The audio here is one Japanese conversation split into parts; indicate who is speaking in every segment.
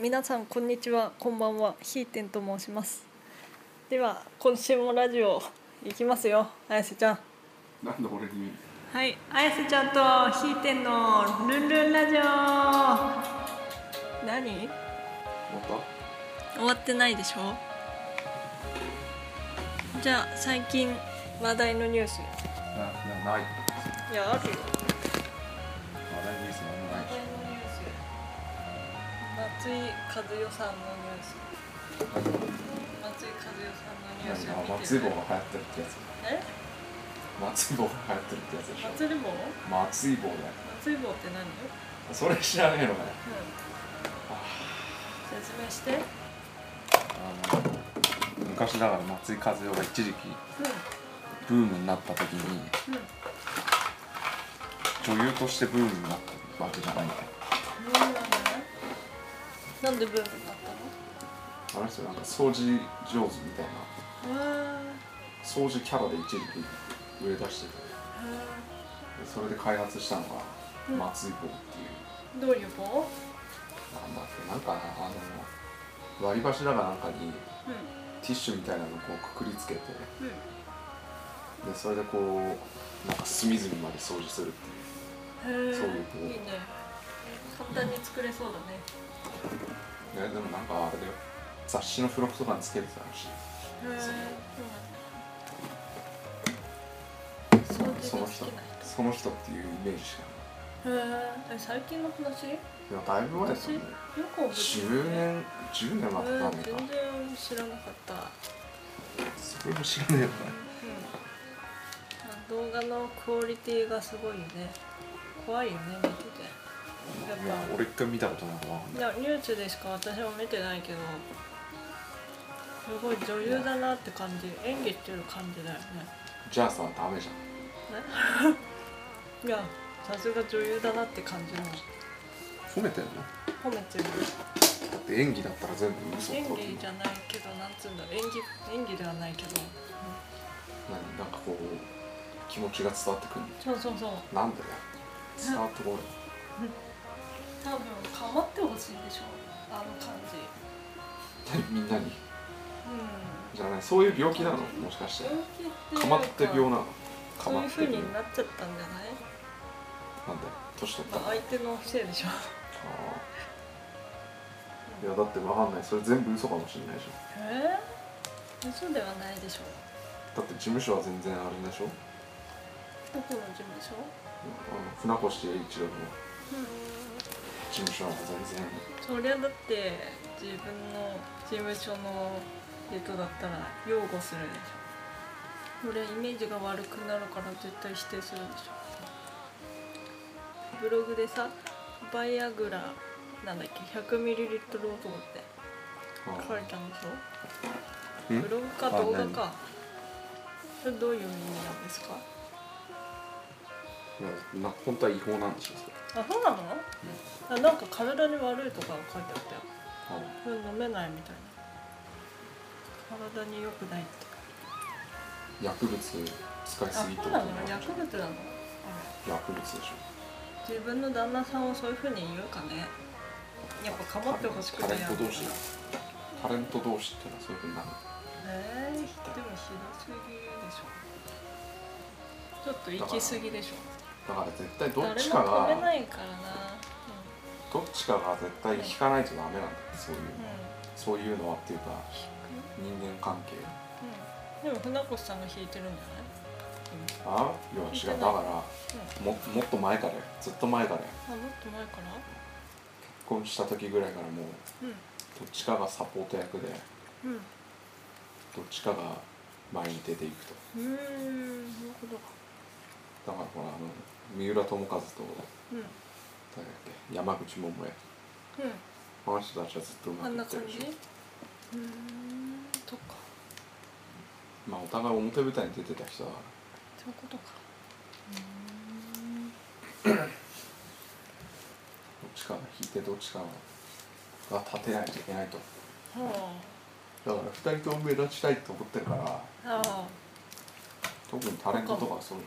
Speaker 1: 皆さんこんにちはこんばんはひーてんと申しますでは今週もラジオ行きますよ綾瀬ちゃん
Speaker 2: なんで俺に
Speaker 1: はい綾瀬ちゃんとひーてんのルンルンラジオ何
Speaker 2: また
Speaker 1: 終わってないでしょじゃあ最近話題のニュース
Speaker 2: ななない
Speaker 1: いやあるよ
Speaker 2: 話題ニュースなんもない
Speaker 1: 話題のニュース松井和代さんのニュース松井和代さんのニュース
Speaker 2: 何
Speaker 1: を
Speaker 2: あ
Speaker 1: 見
Speaker 2: 松
Speaker 1: て
Speaker 2: 井
Speaker 1: る
Speaker 2: 棒が流行ってるってやつ
Speaker 1: え
Speaker 2: 松井棒が流行ってるってやつでしょ
Speaker 1: 祭り棒
Speaker 2: 松井棒だよ
Speaker 1: 祭り棒って何、うん、
Speaker 2: それ知らねえのかよ
Speaker 1: 説明して、うん、
Speaker 2: あの昔だから松井和代が一時期ブームになった時に
Speaker 1: うんうん
Speaker 2: 女優としてブームになったわけじゃないんだよ
Speaker 1: なんでなんでブームになっ
Speaker 2: あの人なんか掃除上手みたいな
Speaker 1: たのわ
Speaker 2: 掃除キャラで一時期売れ出してて
Speaker 1: あ
Speaker 2: でそれで開発したの
Speaker 1: うん
Speaker 2: が松井棒っていう、
Speaker 1: どういう棒
Speaker 2: なんだっけなんかあの割り箸だかなんかに
Speaker 1: う
Speaker 2: ティッシュみたいなのをこうくくりつけてで
Speaker 1: んうん
Speaker 2: それでこうなんか隅々まで掃除するっていう
Speaker 1: へえ
Speaker 2: そういう棒
Speaker 1: いいね簡単に作れそうだね
Speaker 2: ねでもなんかあれだよ雑誌の付録とかにつけてたらしい
Speaker 1: へえ掃除が好き
Speaker 2: そのその人
Speaker 1: な人
Speaker 2: その人っていうイメージしか
Speaker 1: そうなんだへええ最近の話よ
Speaker 2: ないいやだいぶ前ですよね
Speaker 1: く覚えてる
Speaker 2: 10
Speaker 1: ね
Speaker 2: 年10年は経た
Speaker 1: うん
Speaker 2: ね
Speaker 1: ん
Speaker 2: えか
Speaker 1: 全然知らなかった
Speaker 2: それも知らねえよね
Speaker 1: うん、動画のクオリティがすごいよね怖いよね見てて
Speaker 2: いや俺一回見たことないからわかん
Speaker 1: い
Speaker 2: ない
Speaker 1: やニュースでしか私も見てないけどすごい女優だなって感じ演技してる感じだよね
Speaker 2: じゃあさダメじゃん
Speaker 1: いやさすが女優だなって感じの
Speaker 2: 褒めてんの
Speaker 1: 褒めてる
Speaker 2: だって演技だったら全部嘘
Speaker 1: 演
Speaker 2: と
Speaker 1: 技じゃないけどなんつうんだ演技演技ではないけど、
Speaker 2: 何なんかこう気持ちが伝わってくる
Speaker 1: そうそうそう
Speaker 2: なんでだよ伝わってこない
Speaker 1: 多分かまってほしいでしょあの感じ
Speaker 2: 何みんなに
Speaker 1: う
Speaker 2: じゃあねそういう病気なのもしかし
Speaker 1: ん
Speaker 2: て
Speaker 1: 病気っていう
Speaker 2: かまって病なのか
Speaker 1: そう
Speaker 2: ま
Speaker 1: いう
Speaker 2: っ
Speaker 1: 風
Speaker 2: て病
Speaker 1: に
Speaker 2: なんで
Speaker 1: なっちゃったんじゃない、
Speaker 2: 年取った
Speaker 1: まあ、
Speaker 2: あ
Speaker 1: 相手のせいでしょ
Speaker 2: ーいやだってわかんないそれ全部嘘かもしれないでしょ
Speaker 1: ええ嘘ではないでしょ
Speaker 2: だって事務所は全然あれでしょ
Speaker 1: どこの事務所
Speaker 2: あの船越英一郎の事務所は全然
Speaker 1: そりゃだって自分の事務所の人だったら擁護するでしょそれはイメージが悪くなるから絶対否定するでしょブログでさバイアグラなんだっけ 100ml 男って
Speaker 2: あ
Speaker 1: 書い
Speaker 2: ー
Speaker 1: たんでしょ
Speaker 2: ん
Speaker 1: ブログか
Speaker 2: あ
Speaker 1: 動画
Speaker 2: 何
Speaker 1: かそれどういう意味なんですか
Speaker 2: いやな本当は違法なんでしょそれ
Speaker 1: あそうなの、あなんか体に悪いとか書いてあったよ
Speaker 2: あ
Speaker 1: これ飲めないみたいな体に良くないって
Speaker 2: ー薬物使い
Speaker 1: あ
Speaker 2: すぎって
Speaker 1: そう
Speaker 2: こと
Speaker 1: な
Speaker 2: に
Speaker 1: の
Speaker 2: なる
Speaker 1: 薬物なの
Speaker 2: 薬物でしょ
Speaker 1: 自分の旦那さんをそういうふうに言うかねやっぱかまってほしくない
Speaker 2: タレント同士だタレント同士ってのはそういうふうになる
Speaker 1: えー、でもひどすぎでしょちょっと行き過ぎでしょ
Speaker 2: だから絶対どっ
Speaker 1: 誰
Speaker 2: ち
Speaker 1: も
Speaker 2: かが
Speaker 1: 止めないからな
Speaker 2: どっちかが絶対引かないとダメなんだよそういう
Speaker 1: う
Speaker 2: の、
Speaker 1: ん、うん
Speaker 2: そういうのはっていうか人間関係
Speaker 1: うん、でも船越さんが弾いてるんじゃない
Speaker 2: あいや違うだからももっと前からよずっと前からよ
Speaker 1: あもっと前から
Speaker 2: 結婚した時ぐらいからもう
Speaker 1: う
Speaker 2: どっちかがサポート役でど
Speaker 1: んうん
Speaker 2: っちかが前に出ていくと
Speaker 1: うーんなるほど
Speaker 2: だからほらあの三浦友和と
Speaker 1: うんう
Speaker 2: 誰だっけ山口百恵
Speaker 1: ん
Speaker 2: あの人たちはずっとうま
Speaker 1: あ
Speaker 2: く
Speaker 1: ん
Speaker 2: い
Speaker 1: な
Speaker 2: って
Speaker 1: 感
Speaker 2: るで
Speaker 1: じ
Speaker 2: し
Speaker 1: う
Speaker 2: ょ
Speaker 1: ーんとか
Speaker 2: まあお互い表舞台に出てた人は
Speaker 1: そういうことか
Speaker 2: どっちかが引いてどっちかが立てないといけないと
Speaker 1: うーんは
Speaker 2: だから2人とも目立ちたいと思ってるから
Speaker 1: あああ
Speaker 2: 特にタレントとかはそういう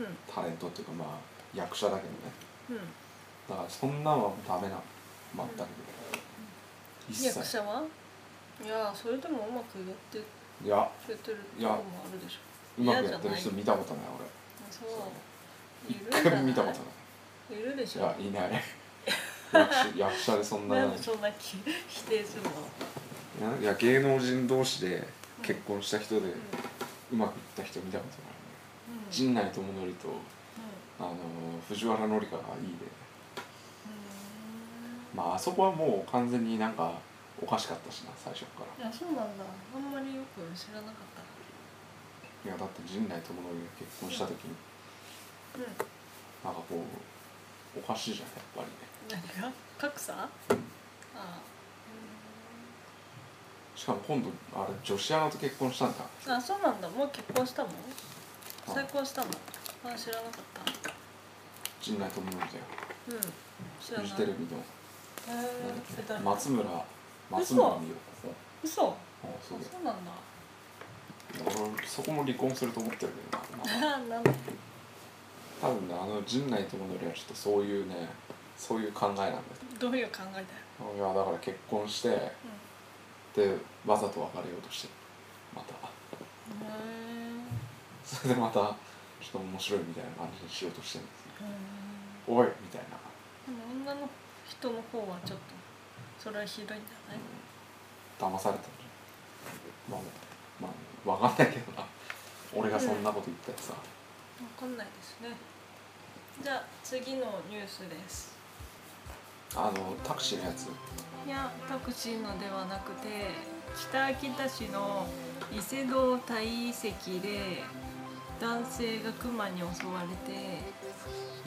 Speaker 1: うん
Speaker 2: タレントっていうかまあ役者だけどね
Speaker 1: うん
Speaker 2: だからそんなんはダメなの全く、
Speaker 3: 一切
Speaker 1: 役者はいやそれでもうまくやって
Speaker 2: いや
Speaker 1: くれてるところもあるでしょ
Speaker 2: うまくやってる人見たことない
Speaker 1: そう
Speaker 2: 俺
Speaker 1: いるん
Speaker 2: 一
Speaker 1: じゃ
Speaker 2: 回
Speaker 1: な
Speaker 2: も
Speaker 1: い
Speaker 2: 見たこと
Speaker 1: いるでしょ
Speaker 2: ないいやいない役者役者でそんな
Speaker 1: なんでそんなき否定するの、
Speaker 2: いや芸能人同士で結婚した人でうまくいった人見たことないね
Speaker 1: うんうん
Speaker 2: 陣内智則と
Speaker 1: う
Speaker 2: あの藤原紀香がいい
Speaker 1: ん
Speaker 2: でまああそこはもう完全になんかおかしかったしな最初から
Speaker 1: いやそうなんだあんまりよく知らなかった
Speaker 2: いやだって陣内智則が結婚した時に
Speaker 1: うん
Speaker 2: なんかこうおかしいじゃんやっぱりね
Speaker 1: 何が格差ああ
Speaker 2: しかも今度あれ女子アナと結婚したんだ
Speaker 1: うんあそうなんだもう結婚したの
Speaker 2: あ
Speaker 1: 再婚したのあ知らなかった
Speaker 2: 陣内智則だよ
Speaker 1: うん知らな
Speaker 2: フ
Speaker 1: い
Speaker 2: ジテレビ
Speaker 1: へえ
Speaker 2: の
Speaker 1: 誰
Speaker 2: 松村松村美代子
Speaker 1: 嘘あ
Speaker 2: あそ
Speaker 1: そうう
Speaker 2: だよ
Speaker 1: なんだ
Speaker 2: 俺そこも離婚すると思ってるけどな
Speaker 1: なんだ
Speaker 2: 多分ねあの陣内智則はちょっとそういうねそういう考えなんだよ
Speaker 1: どういう考えだよ
Speaker 2: いやだから結婚してでわざと別れようとしてるまた
Speaker 1: うんへ
Speaker 2: それでまたちょっと面白いみたいな感じにしようとしてるんですよ
Speaker 1: え
Speaker 2: おいみたい
Speaker 1: で
Speaker 2: な
Speaker 1: も女の人の方はちょっとそれはひどいんじゃない
Speaker 2: 騙されたんじゃんまあまあ分かんないけどな俺がそんなこと言ったらさ、
Speaker 1: わかんないですねじゃあ次のニュースです
Speaker 2: あのタクシーのやつ
Speaker 1: いやタクシーのではなくて北秋田市の伊勢堂大遺跡で男性がクマに襲われて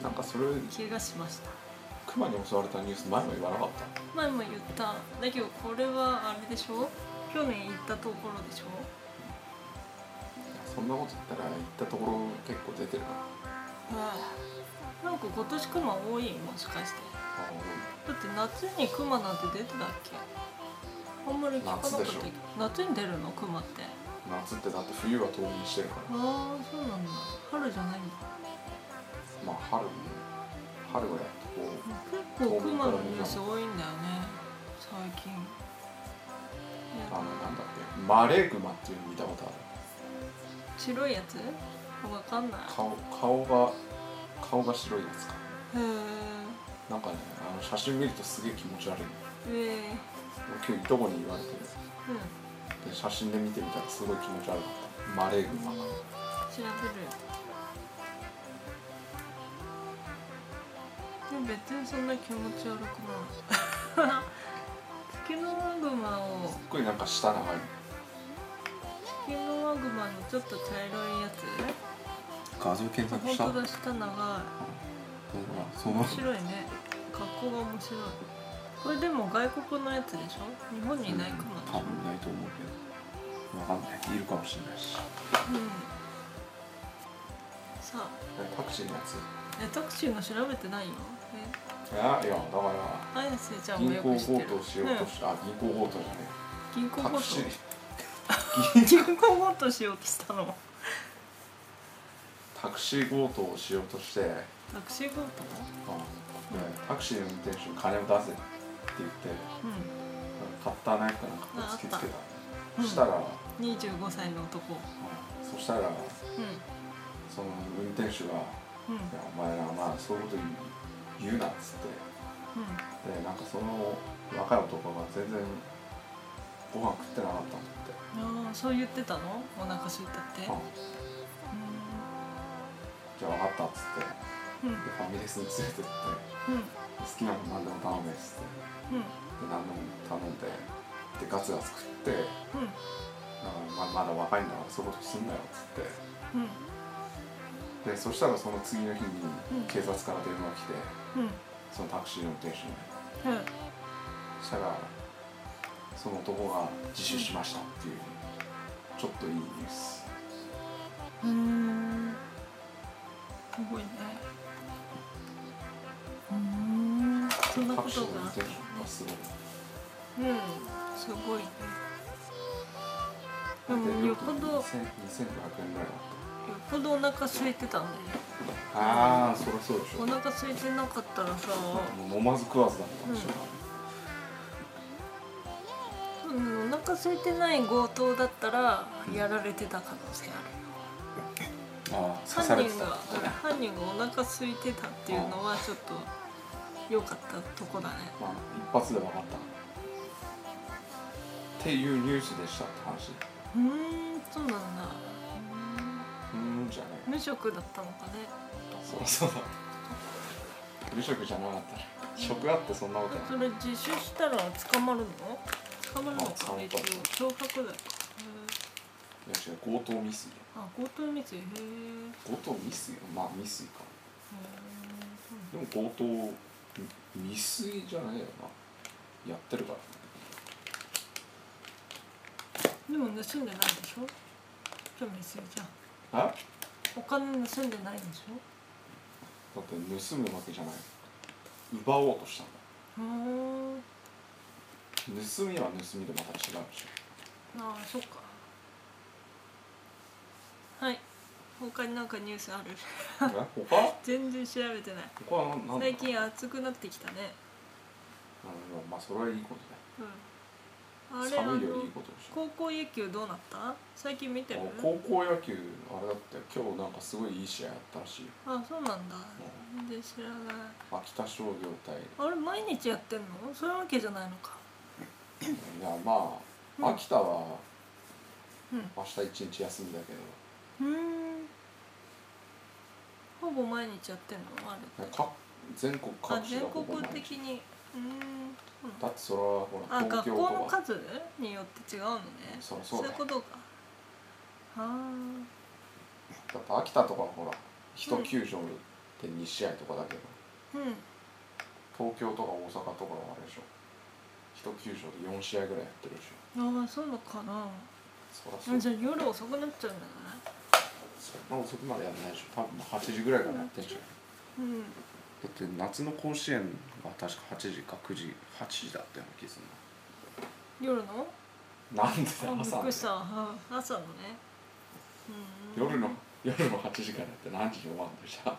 Speaker 2: なんかそれ
Speaker 1: 怪我しました
Speaker 2: クマに襲われたニュース前も言わなかった
Speaker 1: 前も言っただけどこれはあれでしょ去年行ったところでしょ
Speaker 2: そんなこと言ったら行ったところ結構出てるな
Speaker 1: はいなんか今年クマ多いもしかして
Speaker 2: あ
Speaker 1: だって夏にクマなんて出てたっけあんまり聞かなかったけど
Speaker 2: 夏でし
Speaker 1: 夏に出るのクマって
Speaker 2: の夏ってだって冬は冬眠してるから
Speaker 1: ああそうなんだ春じゃないんだ
Speaker 2: まあ春も春はやっと
Speaker 1: 結
Speaker 2: こう
Speaker 1: 構クマのニュース多いんだよね最近
Speaker 2: あのなんだっけマレーグマっていうの見たことある
Speaker 1: 白いやつわかんない
Speaker 2: 顔顔が顔が白いやつか
Speaker 1: へ
Speaker 2: なんかねあの写真見るとすげえ気持ち悪い
Speaker 1: えええ
Speaker 2: 俺今日いとこに言われてで
Speaker 1: うん
Speaker 2: 写真で見てみたらすごい気持ち悪かったマレーグマが
Speaker 1: 調べるでも別にそんな気持ち悪くないツキノワグマを
Speaker 2: すっごいなんか舌長い
Speaker 1: ツキノワグマのちょっと茶色いやつ
Speaker 3: 画像検索
Speaker 1: 本
Speaker 3: した
Speaker 1: 当だ下長い
Speaker 3: その
Speaker 1: 面白いね格好が面白いこれでも外国のやつでしょ日本にいないクマでし
Speaker 3: 多、
Speaker 1: ょ
Speaker 3: 分ないと思うけど分かんないいるかもしれないし
Speaker 1: うん、さあ
Speaker 2: タクシーのやつ
Speaker 1: えタクシーの調べてないよえ
Speaker 2: いやいやだから
Speaker 1: 綾瀬ちゃんも
Speaker 2: 銀
Speaker 1: よ
Speaker 2: 行
Speaker 1: く知って
Speaker 2: 強
Speaker 1: る
Speaker 2: 盗しようとして、あ銀行強盗じゃね
Speaker 1: うん銀
Speaker 2: え
Speaker 1: 行強
Speaker 2: タク
Speaker 1: 盗
Speaker 2: シー
Speaker 1: 銀行強盗しようとしたの
Speaker 2: タクシー強盗をしようとして、
Speaker 1: タクシー強盗
Speaker 2: あでタクシーの運転手に金を出せって言って
Speaker 1: う
Speaker 2: カッターナイフかなんかこう突きつけた
Speaker 1: うん
Speaker 2: そしたら、
Speaker 1: ん25歳の男
Speaker 2: そしたら
Speaker 1: うん
Speaker 2: その運転手が
Speaker 1: うん
Speaker 2: いやお前らまあそういうこと言う言うなっつって
Speaker 1: う
Speaker 2: でなんかその若い男が全然ご飯食ってなかったんだって
Speaker 1: んああそう言ってたのお腹空いたって
Speaker 2: あじゃあ分かったっつって
Speaker 1: うんうん
Speaker 2: でファミレスに連れてって
Speaker 1: うん
Speaker 2: 好きなもの何でも頼めっつって
Speaker 1: うん
Speaker 2: で何でも頼んででガツガツ食って
Speaker 1: うん
Speaker 2: なんかままだ若いんだからそういうことすんなよっつっ
Speaker 1: うん
Speaker 2: てでそしたらその次の日に
Speaker 1: うん
Speaker 2: 警察から電話来て
Speaker 1: うん
Speaker 2: そのタクシーの運転手
Speaker 1: う
Speaker 2: に
Speaker 1: ん
Speaker 2: そしたらその男が自首しましたっていうちょっといいニュース
Speaker 1: うーんすごいねうーんそんな
Speaker 2: タ
Speaker 1: こ
Speaker 2: クシー
Speaker 1: と
Speaker 2: の
Speaker 1: があ
Speaker 2: 運
Speaker 1: った
Speaker 2: 転手がすごい
Speaker 1: うんすごいねでも
Speaker 2: で
Speaker 1: よっぽどよっ
Speaker 2: 2500円ぐらいだっ
Speaker 1: ぽどお腹空いてたんだよ
Speaker 2: たああそりゃそうでし
Speaker 1: お
Speaker 2: ょ
Speaker 1: 腹空いてなかったらさ
Speaker 2: もう飲まず食わずだったんでし
Speaker 1: う
Speaker 2: ょ、
Speaker 1: んかついてない強盗だったらやられてた可能性ある
Speaker 3: ああ刺さ
Speaker 1: 犯
Speaker 3: れて
Speaker 1: 人
Speaker 3: た
Speaker 1: が犯人がお腹空いてたっていうのはちょっと良かったとこだね
Speaker 2: まあ一発で分かったっていうニュースでしたって話
Speaker 1: うーんそうなんだ
Speaker 2: うーんじゃね
Speaker 1: 無職だったのかね
Speaker 2: そうそう無職じゃなかったら職あってそんなことない
Speaker 1: それ自首したら捕まるの捕まるのか
Speaker 2: あ捕まる
Speaker 1: 一応脅迫だよへ
Speaker 2: いや違う強盗未遂
Speaker 1: ーあ強盗未遂へえ
Speaker 2: 強盗未遂まあ未遂かでも強盗み未遂じゃないよなやってるから
Speaker 1: でも盗んでないでしょじゃあ未遂じゃん
Speaker 2: えだっ
Speaker 1: お金盗んでないでしょ
Speaker 2: て盗むわけじゃない奪おうとしたんだ
Speaker 1: うーん
Speaker 2: 盗みは盗みでまた違うでし
Speaker 1: ああそっかはい他になんかニュースある
Speaker 2: ょえ他
Speaker 1: 全然調べてない
Speaker 2: 他は何だ
Speaker 1: 最近暑くなってきたね
Speaker 2: あのまあそれはいいことだよ
Speaker 1: うんあれあの
Speaker 2: 寒いよりいいことでしょ
Speaker 1: 高校野球どうなった最近見てる
Speaker 2: 高校野球あれだって今日なんかすごいいい試合やったらしいよ
Speaker 1: あそうなんだ全然知らない
Speaker 2: 秋田商業対
Speaker 1: あれ毎日やってんのそういうわけじゃないのか
Speaker 2: いやまあ秋田は
Speaker 1: うん
Speaker 2: 明日一日休みだけど
Speaker 1: うーんほぼ毎日やってんのあれって
Speaker 2: か全国
Speaker 1: あ
Speaker 2: 各地
Speaker 1: 全
Speaker 2: がここ
Speaker 1: 国
Speaker 2: まで
Speaker 1: 的にうーんそうなん
Speaker 2: だ
Speaker 1: だ
Speaker 2: ってそれはほら
Speaker 1: あ
Speaker 2: 東
Speaker 1: 学
Speaker 2: 京
Speaker 1: 校
Speaker 2: と
Speaker 1: の
Speaker 2: か
Speaker 1: 数によって違うのね
Speaker 2: そうそうだ
Speaker 1: いう
Speaker 2: よ
Speaker 1: ことかあー
Speaker 2: だって秋田とかはほら一球場で2試合とかだけど、
Speaker 1: うん
Speaker 2: 東京とか大阪とかはあれでしょ一球場で4試合ぐらいやってるでしょ
Speaker 1: ああそうなのかな
Speaker 2: そりゃそう
Speaker 1: じゃあ夜遅くなっちゃうんじゃない
Speaker 2: そんな遅くまでやんないでしょ多分8時ぐらいからやってんじゃん
Speaker 1: うん
Speaker 3: だって夏の甲子園が確か8時か9時8時だったような気がする
Speaker 1: 夜の
Speaker 2: なん
Speaker 1: あび
Speaker 2: で
Speaker 1: っ
Speaker 2: 朝
Speaker 1: く
Speaker 2: で
Speaker 1: りしたはあ朝のねうん
Speaker 2: 夜の夜の8時からやって何時に終わるんでしょ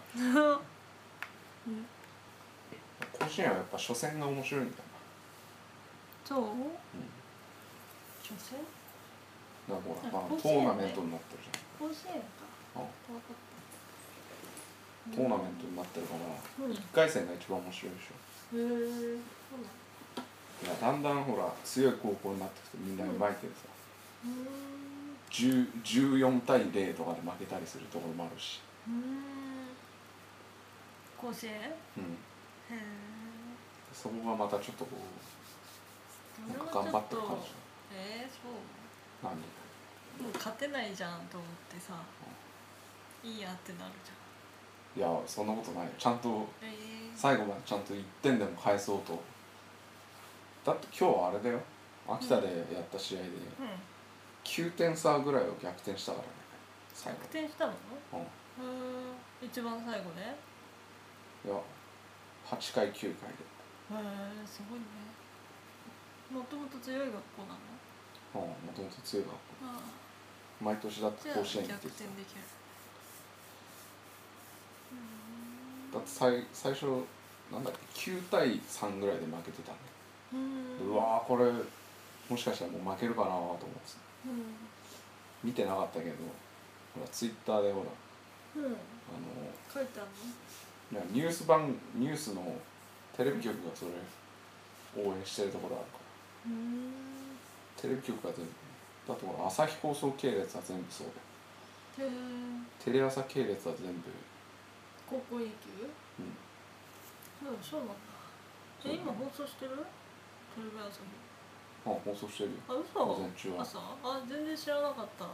Speaker 1: うん
Speaker 2: 甲子園はやっぱ初戦が面白いんだよ
Speaker 1: そう初戦
Speaker 2: なだからほ
Speaker 1: あ
Speaker 2: ら、まあ、
Speaker 1: 甲
Speaker 2: ト
Speaker 1: 子園ね
Speaker 2: ーナメントになってるじ
Speaker 1: 甲子園か
Speaker 2: ゃん、あ
Speaker 1: 分かった
Speaker 2: トーナメントになってるから
Speaker 1: うんへ
Speaker 2: 1回戦が一番面白いでしょ
Speaker 1: え
Speaker 2: だからだんだんほら強い高校になってきてみんなうまいけどさ、
Speaker 1: うん
Speaker 2: 10 14対0とかで負けたりするところもあるし、
Speaker 1: うん甲子園へ
Speaker 2: うん、
Speaker 1: え
Speaker 2: そこがまたちょっとこうなんか頑張ってる感じ
Speaker 1: えー、そう
Speaker 2: 何
Speaker 1: もう勝てないじゃんと思ってさいいやってなるじゃ
Speaker 2: いやそんなことないよちゃんと
Speaker 1: んええ
Speaker 2: 最後までちゃんと1点でも返そうとだって今日はあれだよ秋田でやった試合で
Speaker 1: うん
Speaker 2: 9点差ぐらいを逆転したからね最後
Speaker 1: 逆転したの
Speaker 2: うん
Speaker 1: うん一番最後ね
Speaker 2: いや8回9回で
Speaker 1: へえすごいねもともと強い学校なの
Speaker 2: うんもともと強い学校
Speaker 1: ああ
Speaker 2: 毎年だっ
Speaker 1: じ
Speaker 2: て
Speaker 1: ゃあ
Speaker 2: 甲
Speaker 1: 逆
Speaker 2: 子園
Speaker 1: 転
Speaker 2: 行
Speaker 1: で
Speaker 2: ってき
Speaker 1: き
Speaker 2: て
Speaker 1: る
Speaker 2: だって最最初なんだっけ9対3ぐらいで負けてたね
Speaker 1: うーん
Speaker 2: うわーこれもしかしたらもう負けるかなと思って
Speaker 1: うん
Speaker 2: 見てなかったけどほらツイッターでほら
Speaker 1: うん
Speaker 2: あの
Speaker 1: 書いてある
Speaker 2: いやニュース番ニュースのテレビ局がそれ応援してるところあるか
Speaker 1: のうーん
Speaker 2: らテレビ局が全部だってほら朝日放送系列は全部そうだよ
Speaker 1: へえ
Speaker 2: テレ朝系列は全部
Speaker 1: 高校野球
Speaker 2: うん
Speaker 1: うんそうなんだ
Speaker 2: そう
Speaker 1: え今放送してるテレビ朝日
Speaker 2: あ放送してるよ
Speaker 1: あ
Speaker 2: 午
Speaker 1: 嘘
Speaker 2: 前中は
Speaker 1: 朝あ全然知らなかった へ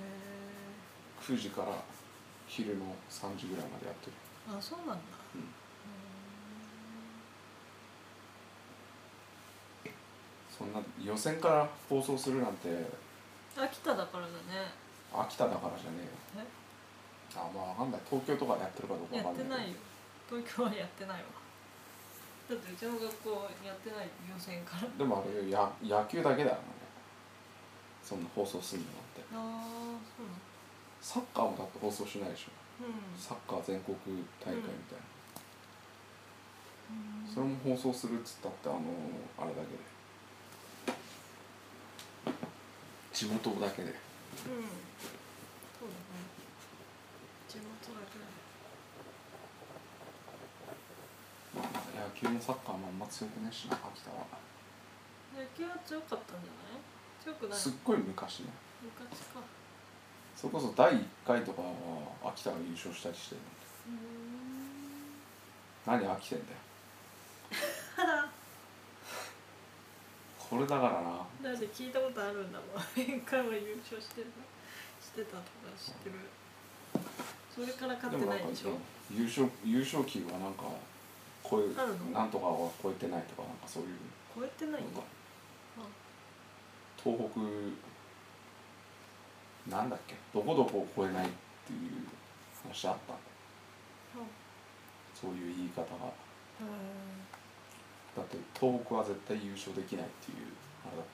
Speaker 1: え
Speaker 2: 9時から昼の3時ぐらいまでやってる
Speaker 1: あそうなんだ、
Speaker 2: うん
Speaker 1: う
Speaker 2: そんな予選から放送するなんて
Speaker 1: ーん秋田だからだね
Speaker 2: 秋田だからじゃねえよあまあわかんない東京とかでやってるかどうか
Speaker 1: や
Speaker 2: わ
Speaker 1: っ
Speaker 2: か
Speaker 1: て
Speaker 2: んない
Speaker 1: ないよ東京はやってないわだってうちの学校やってないよ予選から
Speaker 2: でもあれよや野球だけだよねそんな放送するのなんて
Speaker 1: ああそう
Speaker 2: サッカーもだって放送しないでしょ
Speaker 1: なの
Speaker 2: サッカー全国大会み
Speaker 1: う
Speaker 2: たいな、
Speaker 1: ん
Speaker 2: それも放送するっつったってあのあれだけで地元だけで
Speaker 1: うんそうだね地元だけだね
Speaker 2: まあ野球もサッカーもあんま強くねえしな秋田は
Speaker 1: 野球は強かったんじゃない強くない
Speaker 2: すっごい昔ね
Speaker 1: 昔かう
Speaker 2: それこそ第1回とかは秋田が優勝したりしてる
Speaker 1: ーん
Speaker 2: 何飽きてんだよこれだからな
Speaker 1: だって聞いたことあるんだ もん前回は優勝してるしてたとか知ってるそれから勝
Speaker 2: で
Speaker 1: って
Speaker 2: もな
Speaker 1: なんい
Speaker 2: か
Speaker 1: でしょ
Speaker 2: 優勝優勝旗はなんか超
Speaker 1: あるの
Speaker 2: えなんとかは超えてないとかなんかそういう
Speaker 1: 超えてな
Speaker 2: ないん
Speaker 1: んだ
Speaker 2: か東北なんだっけどこどこを超えないっていう話あった
Speaker 1: うん
Speaker 2: そういう言い方が
Speaker 1: うん
Speaker 2: だって東北は絶対優勝できないっていうあれだっ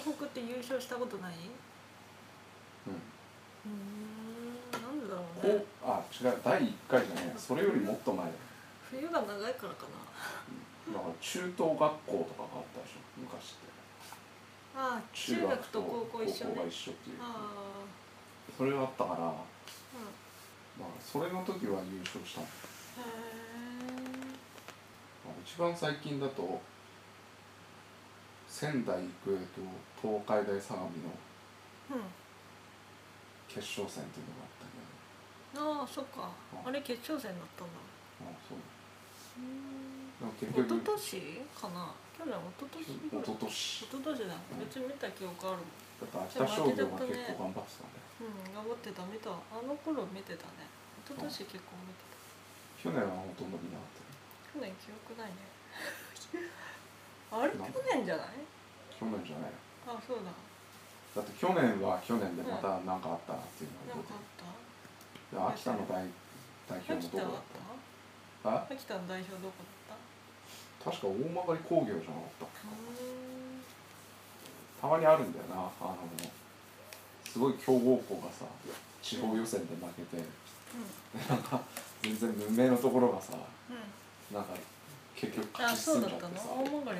Speaker 2: た
Speaker 1: 東北って優勝したことない
Speaker 2: うん
Speaker 1: うーんなんでだろうね
Speaker 2: こあ違う第1回じゃねえそれよりもっと前だ
Speaker 1: 冬が長いからかな
Speaker 2: だから中等学校とかがあったでしょ昔って
Speaker 1: ああ中学と高校一緒ね
Speaker 2: 高校が一緒っていう
Speaker 1: ああ
Speaker 2: それがあったからだか
Speaker 1: うん
Speaker 2: らそれの時は優勝したの
Speaker 1: へえ
Speaker 2: 一番最近だと仙台育英と東海大相模の
Speaker 1: うん
Speaker 2: 決勝戦っていうのが
Speaker 1: ああ
Speaker 2: あったけ
Speaker 1: そっか
Speaker 2: うん
Speaker 1: あれ決勝戦だったんだ
Speaker 2: どあそう
Speaker 1: う
Speaker 2: でも
Speaker 1: ん
Speaker 2: 結
Speaker 1: 一昨
Speaker 2: 局
Speaker 1: 年かな去年一昨年ぐらい
Speaker 2: 一昨年
Speaker 1: 一昨年だ別に見た記憶あるもん
Speaker 2: だから秋田商業が結構頑張ってたんで
Speaker 1: うん頑張ってた見たあの頃見てたね一昨年結構見てた
Speaker 2: 去年はほとんど見なかった
Speaker 1: 去年記憶 ないねあれ去年じゃない
Speaker 2: 去年じゃない
Speaker 1: あそうだ
Speaker 2: だって去年は去年でまた何かあったなっていう
Speaker 1: な
Speaker 2: の
Speaker 1: ん
Speaker 2: が
Speaker 1: か
Speaker 2: 覚
Speaker 1: あ
Speaker 2: えてるで秋田の代代表
Speaker 1: った秋
Speaker 2: のとこ
Speaker 1: 田
Speaker 2: だ
Speaker 1: はあった
Speaker 2: っあ
Speaker 1: た秋田の代表どこだった
Speaker 2: 確か大曲工業じゃなかった
Speaker 1: うーん
Speaker 2: たまにあるんだよなあのすごい強豪校がさ地方予選で負けてなんか全然無名のところがさ
Speaker 1: うんうん
Speaker 2: なんか結局勝
Speaker 1: あ、
Speaker 2: ち
Speaker 1: そ
Speaker 2: 進
Speaker 1: うんだっ
Speaker 2: じゃって
Speaker 1: たの。
Speaker 2: さ
Speaker 1: 大曲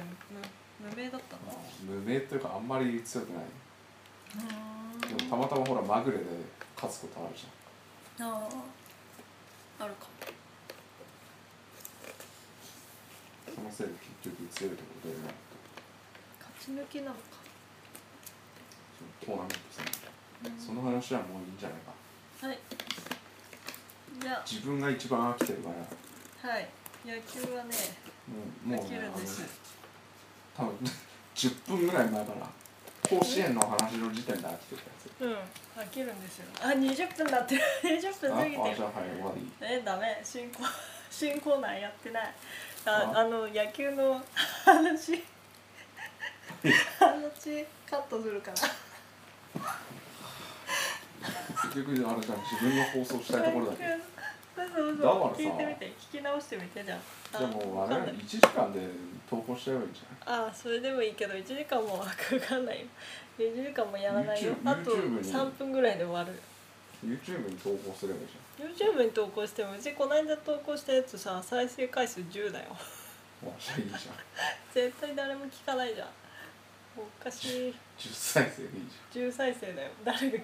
Speaker 1: 無無名だった
Speaker 2: まあ
Speaker 1: の。
Speaker 2: 無名というかあんまり強くないうでも
Speaker 1: ーん
Speaker 2: たまたまほらまぐれで勝つことあるじゃ
Speaker 1: ああ、あるかも。
Speaker 2: んそのせいで結局強いところ出れない
Speaker 1: 勝ち抜きなのか。
Speaker 2: そのトーナメント戦
Speaker 1: うん
Speaker 2: その話はもういいんじゃないか
Speaker 1: はい。じゃ
Speaker 2: 自分が一番飽きてるから、
Speaker 1: あ、はい。野球はね、
Speaker 2: うん、も
Speaker 1: で
Speaker 2: う
Speaker 1: き
Speaker 2: ね
Speaker 1: るんです。
Speaker 2: あの多分10分ぐらい前から甲子園の話の時点で飽きてたやつ
Speaker 1: うん、飽きるんですよ。あ、二十分だって る。二十分
Speaker 2: ああ
Speaker 1: 過
Speaker 2: じ
Speaker 1: ぎ
Speaker 2: ゃあは
Speaker 1: て
Speaker 2: い
Speaker 1: る。
Speaker 2: 終わり
Speaker 1: え、ダメ。新 コ新コーナーやってない。あ、
Speaker 2: あ
Speaker 1: あの野球の話話カットするから。
Speaker 2: 結局あれじゃん自分が放送したいところだけ
Speaker 1: そうそう
Speaker 2: だから
Speaker 1: そう
Speaker 2: さ
Speaker 1: 聞いてみて聞き直してみてじゃあ
Speaker 2: でもあれ
Speaker 1: わかんない
Speaker 2: 1時間で投稿しちゃえばいいんじ
Speaker 1: あそれでもいいけど1時間もわかんないよ1時間もやらないよ
Speaker 2: YouTube
Speaker 1: あと
Speaker 2: YouTube に
Speaker 1: 3分ぐらいで終わる
Speaker 2: ゃない YouTube に投稿すればいいじ
Speaker 1: YouTube に投稿してもうちこの間投稿したやつさ再生回数10だよ
Speaker 2: ゃんあじゃあいいじゃん
Speaker 1: 絶対誰も聞かないじゃんおかしい
Speaker 2: 10再生でいいじゃん
Speaker 1: 10再生だよ誰が